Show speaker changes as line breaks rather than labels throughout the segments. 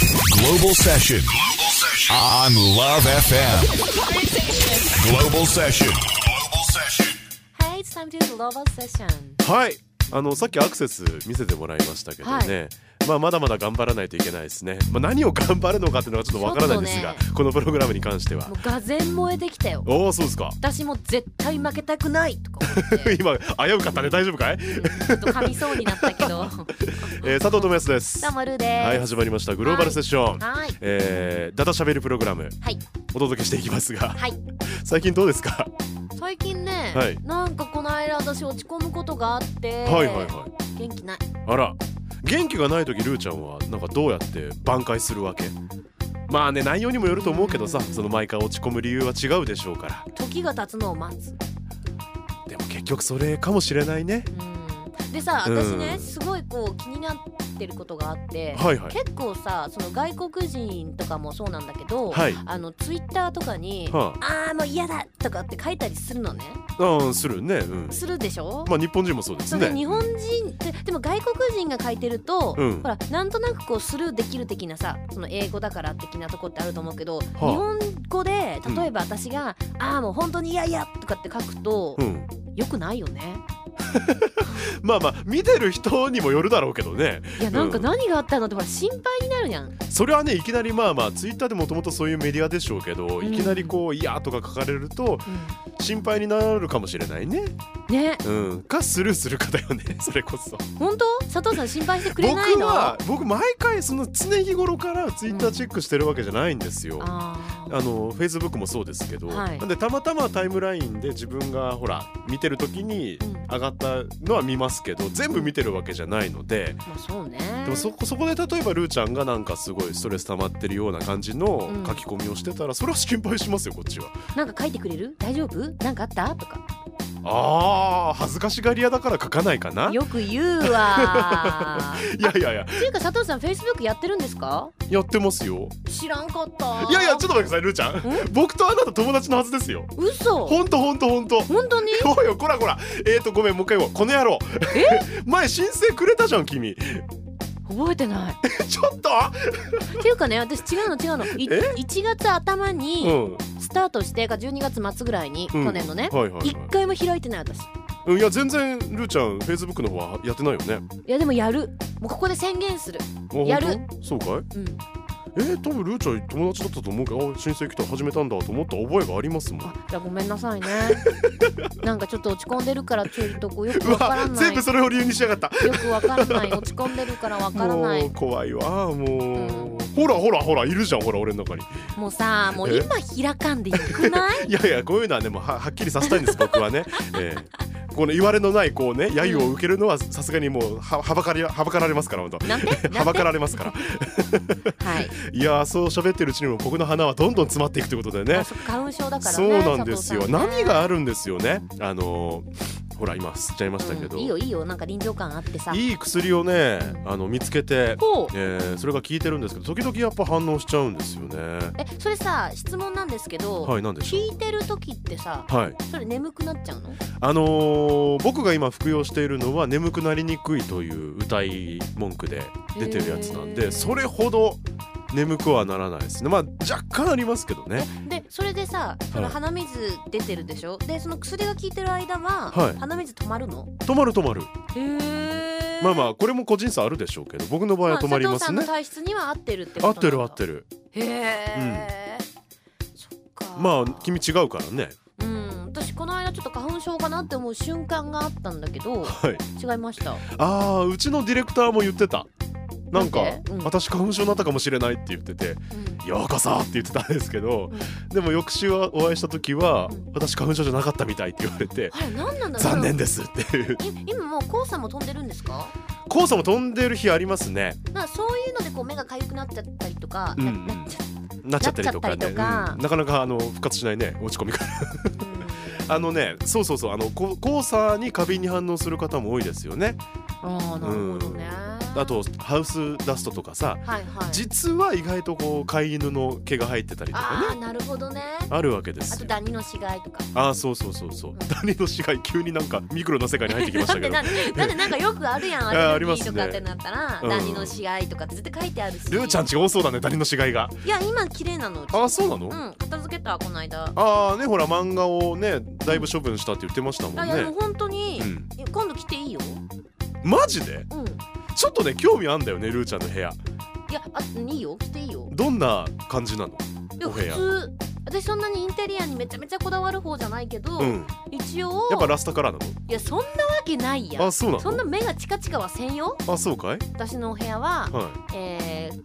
Global Session. On Love FM. Global Session. Global Session.
Hey, it's time to global session.
はいあのさっきアクセス見せてもらいましたけどね、まあ、まだまだ頑張らないといけないですね、まあ、何を頑張るのかっていうのはちょっとわからないんですが、
ちょっと
このプログラムに関しては
もうがぜん燃えてきたよ。
おおそうですか
私も絶対負けたくないとか思って、
今危うかったね大丈夫かい、
うんちょっと噛みそうになったけ ど。
えー、佐藤智康です
サマルです。
はい始まりましたグローバルセッション、
はい
えー、ダダしゃべるプログラム
はい
お届けしていきますが
はい。
最近どうですか
最近ね、
はい
なんかこの間私落ち込むことがあって、
はいはいはい
元気ない。
あら元気がない時ルーちゃんはなんかどうやって挽回するわけまあね内容にもよると思うけどさその毎回落ち込む理由は違うでしょうから
時が経つのを待つ。
でも結局それかもしれないね
うんでさ私ね、
うん
すごいこう気になってることがあって、
はいはい
結構さその外国人とかもそうなんだけど、
はい
あのツイッターとかに「
は
あーもう嫌だ!」とかって書いたりするのね
あうんするねうん
するでしょ、
まあ日本人もそうです
それ
ね
日本人ってでも外国人が書いてると、
うん
ほらなんとなくこうスルーできる的なさその英語だから的なとこってあると思うけど、日本語で例えば私が「ああもう本当に嫌や!」とかって書くと、
うん
よくないよね。
まあまあ見てる人にもよるだろうけどね
いやなんか何があったのってほら心配になるじゃん。
それはねいきなりまあまあツイッターでもともとそういうメディアでしょうけど、
うん
いきなりこう「いや」とか書かれると心配になるかもしれないね
ね
うんかスルーするかだよねそれこそ
本当佐藤さん心配してくれ
僕
ないの
は僕毎回その常日頃からツイッターチェックしてるわけじゃないんですよ、
あー
あのフェイスブックもそうですけど、
はい
なんでたまたまタイムラインで自分がほら見てる時に
うん
上がったのは見ますけど全部見てるわけじゃないので。
まあそうね
でもそこそこで例えばルーちゃんがなんかすごいストレス溜まってるような感じの
うん
書き込みをしてたら、それは心配しますよこっちは
なんか書いてくれる大丈夫なんかあったとか
あー恥ずかしがり屋だから書かないかな
よく言うわ
いやいやいや
っていうか佐藤さんフェイスブックやってるんですか
やってますよ
知らんかった
いやいやちょっと待ってくださいルーちゃん僕とあなた友達のはずですよ
嘘
ほんとほんとほんと
本当に
おいよこらこらえーとごめんもう一回言おうこの野郎 前申請くれたじゃん君
覚えてない
ちょっと
っていうかね私違うの違うのい
え
1月頭
う
に
ん
スタートしてか12月末ぐらいに、
うん
去年のね
はいはい、はい
一回も開いてない私い
うん、いや全然ルーちゃんフェイスブックの方はやってないよね
やでもやるもうここで宣言する
あ
やる
本当そうかい
うん
えー、多分ルーちゃん友達だったと思うけどあ申請来たら始めたんだと思った覚えがありますもん
あじゃあごめんなさい ねなんかちょっと落ち込んでるからちょっとこうよく
う
わから
わ
ない
全部
よ
それを理由にしやがった
くわからない落ち込んでるからわからな
も
いう
怖いわもう、
うん
ほらほらほらいるじゃんほら俺の中に
もうさもう今開かんでよくない
いやいやこういうのはねもうははっきりさせたいんです僕はね、えーこの言われのないこうね揶揄を受けるのはさすがにもうははばかりはばかられますから本当
なんてなんて
はばかられますから
はい
いやーそう喋ってるうちにも僕の花はどんどん詰まっていくということでね
あそっか花粉症だからね
そうなんですよ、
佐藤さんね
何があるんですよねあのーほら今吸っちゃいましたけど、
うんいいよいいよなんか臨場感あってさ
いい薬をねあの見つけて、
ほう
えーそれが効いてるんですけど時々やっぱ反応しちゃうんですよね
えそれさ質問なんですけど、
はいなんでしょ
聞いてる時ってさ
うはい
それ眠くなっちゃうの
あのー僕が今服用しているのは眠くなりにくいという歌い文句で出てるやつなん
へー
でそれほど眠くはならないですねまあ若干ありますけどね
でそれでさその
はい
鼻水出てるでしょ、でその薬が効いてる間は、
はい
鼻水止まるの
止まる止まる
へえ
まあまあこれも個人差あるでしょうけど僕の場合は止まりま
佐藤
す
さんの
ね
体質には合ってるって
合
こ
っ
と
てる合って
る
る
へえ、そっか
まあ君違うからね
うん私この間ちょっと花粉症かなって思う瞬間があったんだけど
はい
違いました
あーうちのディレクターも言ってたなんか
なんでうん
私花粉症になったかもしれないって言ってて「ようこそ!」って言ってたんですけど
う
でも翌週はお会いした時は
うん
「私花粉症じゃなかったみたい」って言われて
あれ何なん
「
だろう
残念です」っていう
い今もう黄砂も飛んでるんですか
黄砂も飛んでる日ありますね
なんかそういうのでこう目が痒くなっちゃったりとか、
うん
な
うん
なっちゃっ
なっちゃったりとか
なっちゃ
ね
ったり
うん
とか
なかなかあの復活しないね落ち込みから
た、うん
あのねそうそうそうあのこ黄砂に過敏に反応する方も多いですよね
ああなるほどね、
あとハウスダストとかさ
はいはい
実は意外とこう飼い犬の毛が入ってたりとか
ああ
ね
なるほどね
あるわけで
あ
す
と
よ
ダニの死骸とか
ああそうそうそうそう
うん
ダニの死骸急になんかミクロな世界に入ってきまし
だっ
た
て
けど
なんでだってなんかよくあるやん
あー
アレルギーとか
ありますね
ってなったら、
うん
ダニの死骸とかって絶対書いてあるし
ルーちゃんち多そうだねダニの死骸が
いや今綺麗なのうち
ああそうなの、
うん片付けたこの間
ああねほら漫画をねだいぶ処分したって言ってましたもん
あいやもう
ね
本当に、
うん
え今度来ていいよ
マジで
うん
ちょっとね興味あんだよねルーちゃんの部屋
いやあいいよ来ていいよ
どんな感じなの
いや
お部屋
普通私そんなにインテリアにめちゃめちゃこだわる方じゃないけど、
うん
一応
やっぱラスタカラーない
やそんなわけないや
のあ
ん
そうな
そん
の
な目がチカチカはせんよ
あそうかい
私のお部屋は、
はい
えー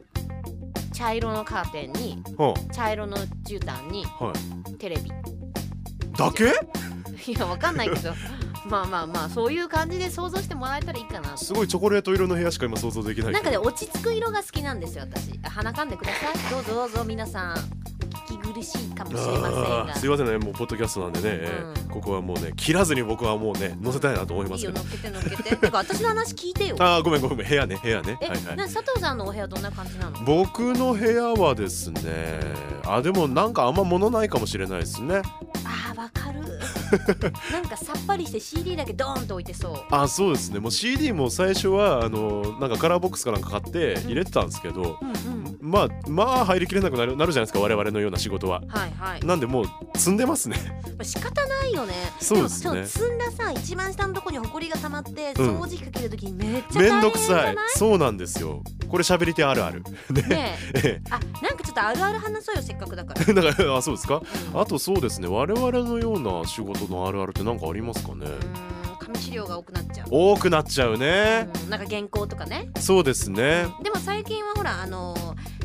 茶色のカーテンに
は
茶色の絨毯に
あはい
テレビ
だけ
いやわかんないけ どまあまあまあそういう感じで想像してもらえたらいいかな
すごいチョコレート色の部屋しか今想像できないけど
なんかね落ち着く色が好きなんですよ私あ鼻かんでくださいどうぞどうぞ皆さん聞き苦しいかもしれません
あ
が
ーすいませんねもうポッドキャストなんでね、えー
うん
ここはもうね切らずに僕はもうね載せたいなと思いま
いい
す
よ
けど
乗っけて乗っけててか私の話聞い てよ
ああごめんごめん部屋ね部屋ね
え、
はいはい
な佐藤さんのお部屋どんな感じなの
僕の部屋はですねあでもなんかあんま物ないかもしれないですね
あーわか るなんかさっぱりして CD だけドーンと置いてそう
あそうですねもう CD も最初はあのなんかカラーボックスかなんか買って
うん
入れてたんですけど、
うんうん
まあまあ入りきれなくなるなるじゃないですか我々のような仕事は
はいはい、ま
なんでもう積んでますね
あ、仕方ないよね
そうですね
もその積んださ一番下のとこに埃が溜まって
うん
掃除機かけるときにめっちゃ大変
め
じゃない、
んどくさいそうなんですよこれ喋り手あるあ るね
ねえ
え
あなんかちょっとあるある話そうよせっかくだから
えだからあそうですかあとそうですね我々のような仕事のあるあるって何かありますか
う
ね
ーん紙資料が多くなっちゃう
多くなっちゃうね、
うんなんか原稿とかね
そうですね
でも最近はほらあのー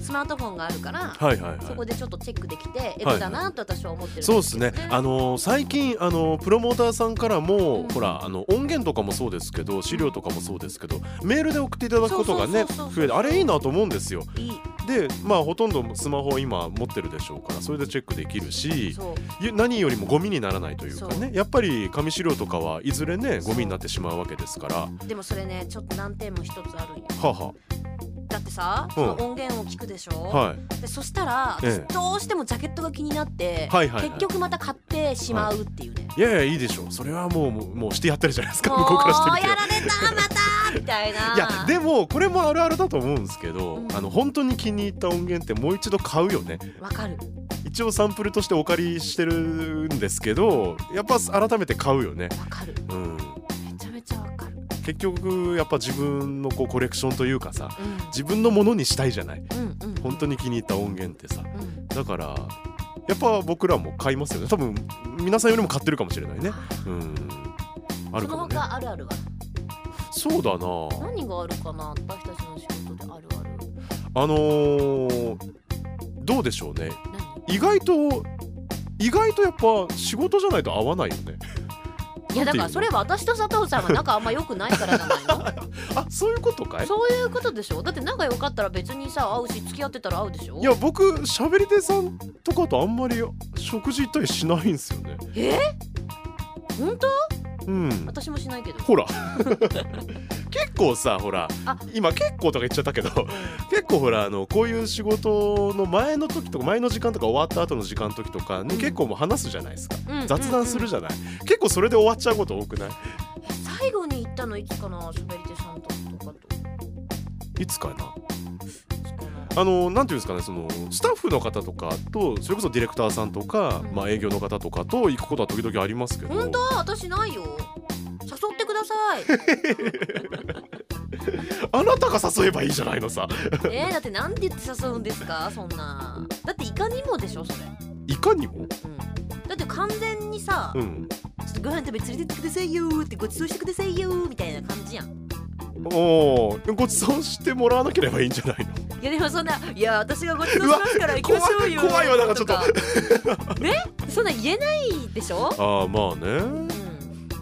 スマートフォンがあるから、
はいはいはい
そこでちょっとチェックできてエコだなと私は思ってるん
そう
で
ですす
けど
ね、あのー最近、あのープロモーターさんからも、
うん
ほらあの音源とかもそうですけど資料とかもそうですけどメールで送っていただくことが
そう
ね
そうそうそう
増えてあれいいなと思うんですよ
い
でまあほとんどスマホ今持ってるでしょうからそれでチェックできる
い
し
そう
ゆ何よりもゴミにならないというか
そ
ねやっぱり紙資料とかはいずれねゴミになってしまうわけですからは
でもそれねちょっと難点も一つあるんよ
あは
だってさ、その音源を聞くでしょ、
あはい
でそしたら、
ええ
どうしてもジャケットが気になって、
はいはいはい
結局また買ってしまうっていうね、
いやいやいいでしょうそれはもうもうもうしてやってるじゃないですか
も
向こうからしてみ
う
て
やられたまたみたいな
いやでもこれもあるあるだと思うんですけど、
うん
あの本当に気に入った音源ってもう一度買うよね
わかる
一応サンプルとしてお借りしてるんですけどやっぱ改めて買うよね、
わかる
うん、
めちゃめちゃわかる
結局やっぱ自分のこうコレクションというかさ
うん
自分のものにしたいじゃない
うんうん
本当に気に入った音源ってさ
うん
だからやっぱ僕らも買いますよね多分皆さんよりも買ってるかもしれないねうんある
そ
か
の
もね
他あるあるは
そうだな
何があるかな私たちの仕事であるある
あのーどうでしょうね
何
意外と意外とやっぱ仕事じゃないと合わないよね
いやだからそれは私と佐藤さんが仲あんま良くないからじゃないの
あそういうことかい
そういうことでしょだって仲良かったら別にさ会うし付き合ってたら会うでしょ
いや僕喋り手さんとかとあんまり食事行ったりしないんですよね
え本当
うん
私もしないけど
ほら 結構さほら
あ
今結構とか言っちゃったけど 結構ほらあのこういう仕事の前の時とか前の時間とか終わった後の時間の時とかに結構もう話すじゃないですか、
うん
雑談する
うん
じゃない、結構それで終わっちゃうこと多くない
うん最後に行ったのいつかな喋り手さんととかと
いつかない
つかな
あのなんていうんですかねそのスタッフの方とかとそれこそディレクターさんとか、
うん
まあ、営業の方とかと行くことは時々ありますけど
本当私ないよ誘ってくださ い
あなたが誘えばいいじゃないのさ
えー、だってなんて言って誘うんですかそんなだっていかにもでしょそれ、
いかにも、
うん、だって完全にさ、
うん、
ちょっとご飯食べ連れてってくださいよーってごちそうしてくださいよーみたいな感じやん
おーごちそうしてもらわなければいいんじゃないの
いやでもそんないや私がごちそうしますから行きましょうよ
うわ怖い怖いわなんかちょっ
とねそんな言えないでしょ
ああまあね
うん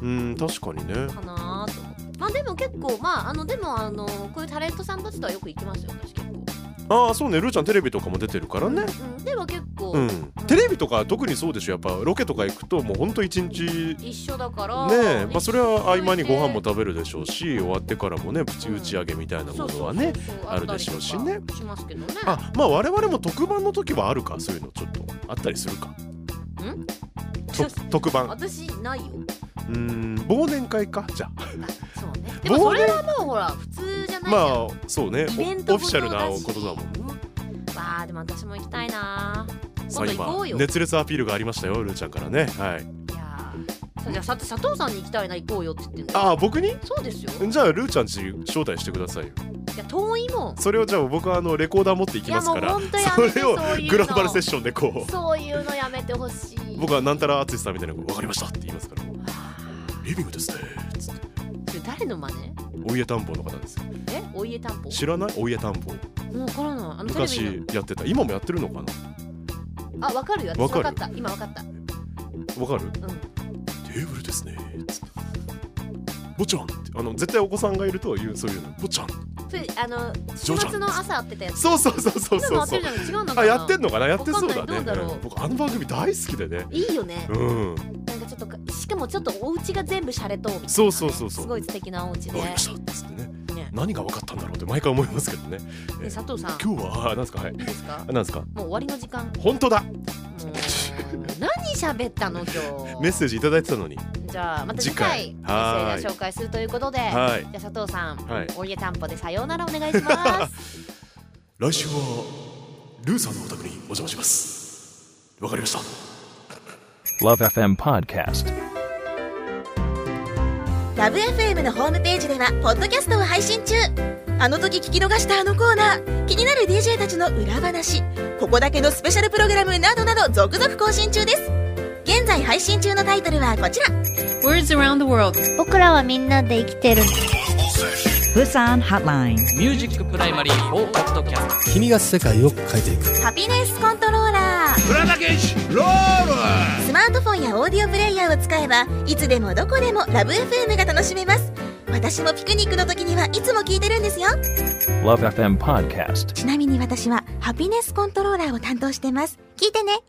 うん確かにね
かなーと思ってまあでも結構まああのでもあのこういうタレントさんたちとはよく行きますよ私結構
ああそうねルーちゃんテレビとかも出てるからね
うんでも結構、
うんテレビとか特にそうでしょやっぱロケとか行くともうほんと一日
一緒だから
ねえまあそれは合間にご飯も
食
食べるでしょうし終わってからもねプチ打ち上げみたいなものはねあるでしょうしね
しますけどね
あまあ我々も特番の時はあるかそういうのちょっとあったりするかと特番
私ないよ
うーん忘年会かじゃあ
あそうねでもそれはもうほら普通じゃないじゃん、
まあそうね
イベン
お
ト
オフィシャルな
し
ことだもんね
わあでも私も行きたいな
さあ
今度行こうよ
今熱烈アピールがありましたよルーちゃんからねはい
いやーじゃあさて佐藤さんに行きたいな行こうよって言ってんだよ
ああ僕に
そうですよ
じゃあルーちゃんち招待してくださいよ
いや遠いもん
それをじゃあ僕はあのレコーダー持っていきますから
いやもう本当やめて
それを
そういうの
グローバルセッションでこう
そういうのやめてほしい
僕はなんたら淳さんみたいなのが分かりましたって言いますから
あ
リビングですねつって
ーそれ誰の真似
お家担保の方ですよ
えお家担保
知らないお家担保
もう分からないあのテレビ
昔やってた今もやってるのかな
のあ分かるよ私
わ
分
かる
かった今分かった
わかる
う
テーブルですねつってぼちゃんってあの絶対お子さんがいるというそういうのぼちゃん
んそれあの
ジ
週
ョージャン
末の朝会ってたやつ
そうそうそうそう
今も
そう
会って
そう
るじゃない違うのかな
あやってんのかなやってそうだ
わか
ね
んないどうだろう
僕あの番組大好きでね
いいよね
うん
なんかちょっとかしかもちょっとお家が全部シャレとみたいなね
そうそうそうそう
すごい素敵なお家
わかり
で
ましたつってね
ね
何が分かったんだろうって毎回思いますけどね
ね佐藤さんい
今日はあなんですかはい
いですか
あなんですか
もう終わりの時間も
本当
う
だ
何喋ったの今日
メッセージいただいてたのに
じゃあまた次回
次
メ
回
ッ
は
セージ
ーい
を紹介するということでじゃ
はい
あ佐藤さん、
はい
お家担保でさようならお願いします
来週はルーさんのお宅にお邪魔しますわかりました
Love FM Podcast.
ラブ f m のホームページではポッドキャストを配信中あの時聞き逃したあのコーナー気になる DJ たちの裏話ここだけのスペシャルプログラムなどなど続々更新中です現在配信中のタイトルはこちら
Words around the world.
僕らはみんなで生きてる
Global Session.
Busan Hotline.
Music Primary for Podcast.
君が世界を変えていく
ハピネスコントローラースマートフォンやオーディオプレイヤーを使えばいつでもどこでもラブ f m が楽しめます私もピクニックの時にはいつも聞いてるんですよ
Love FM Podcast.
ちなみに私はハピネスコントローラーを担当してます聞いてね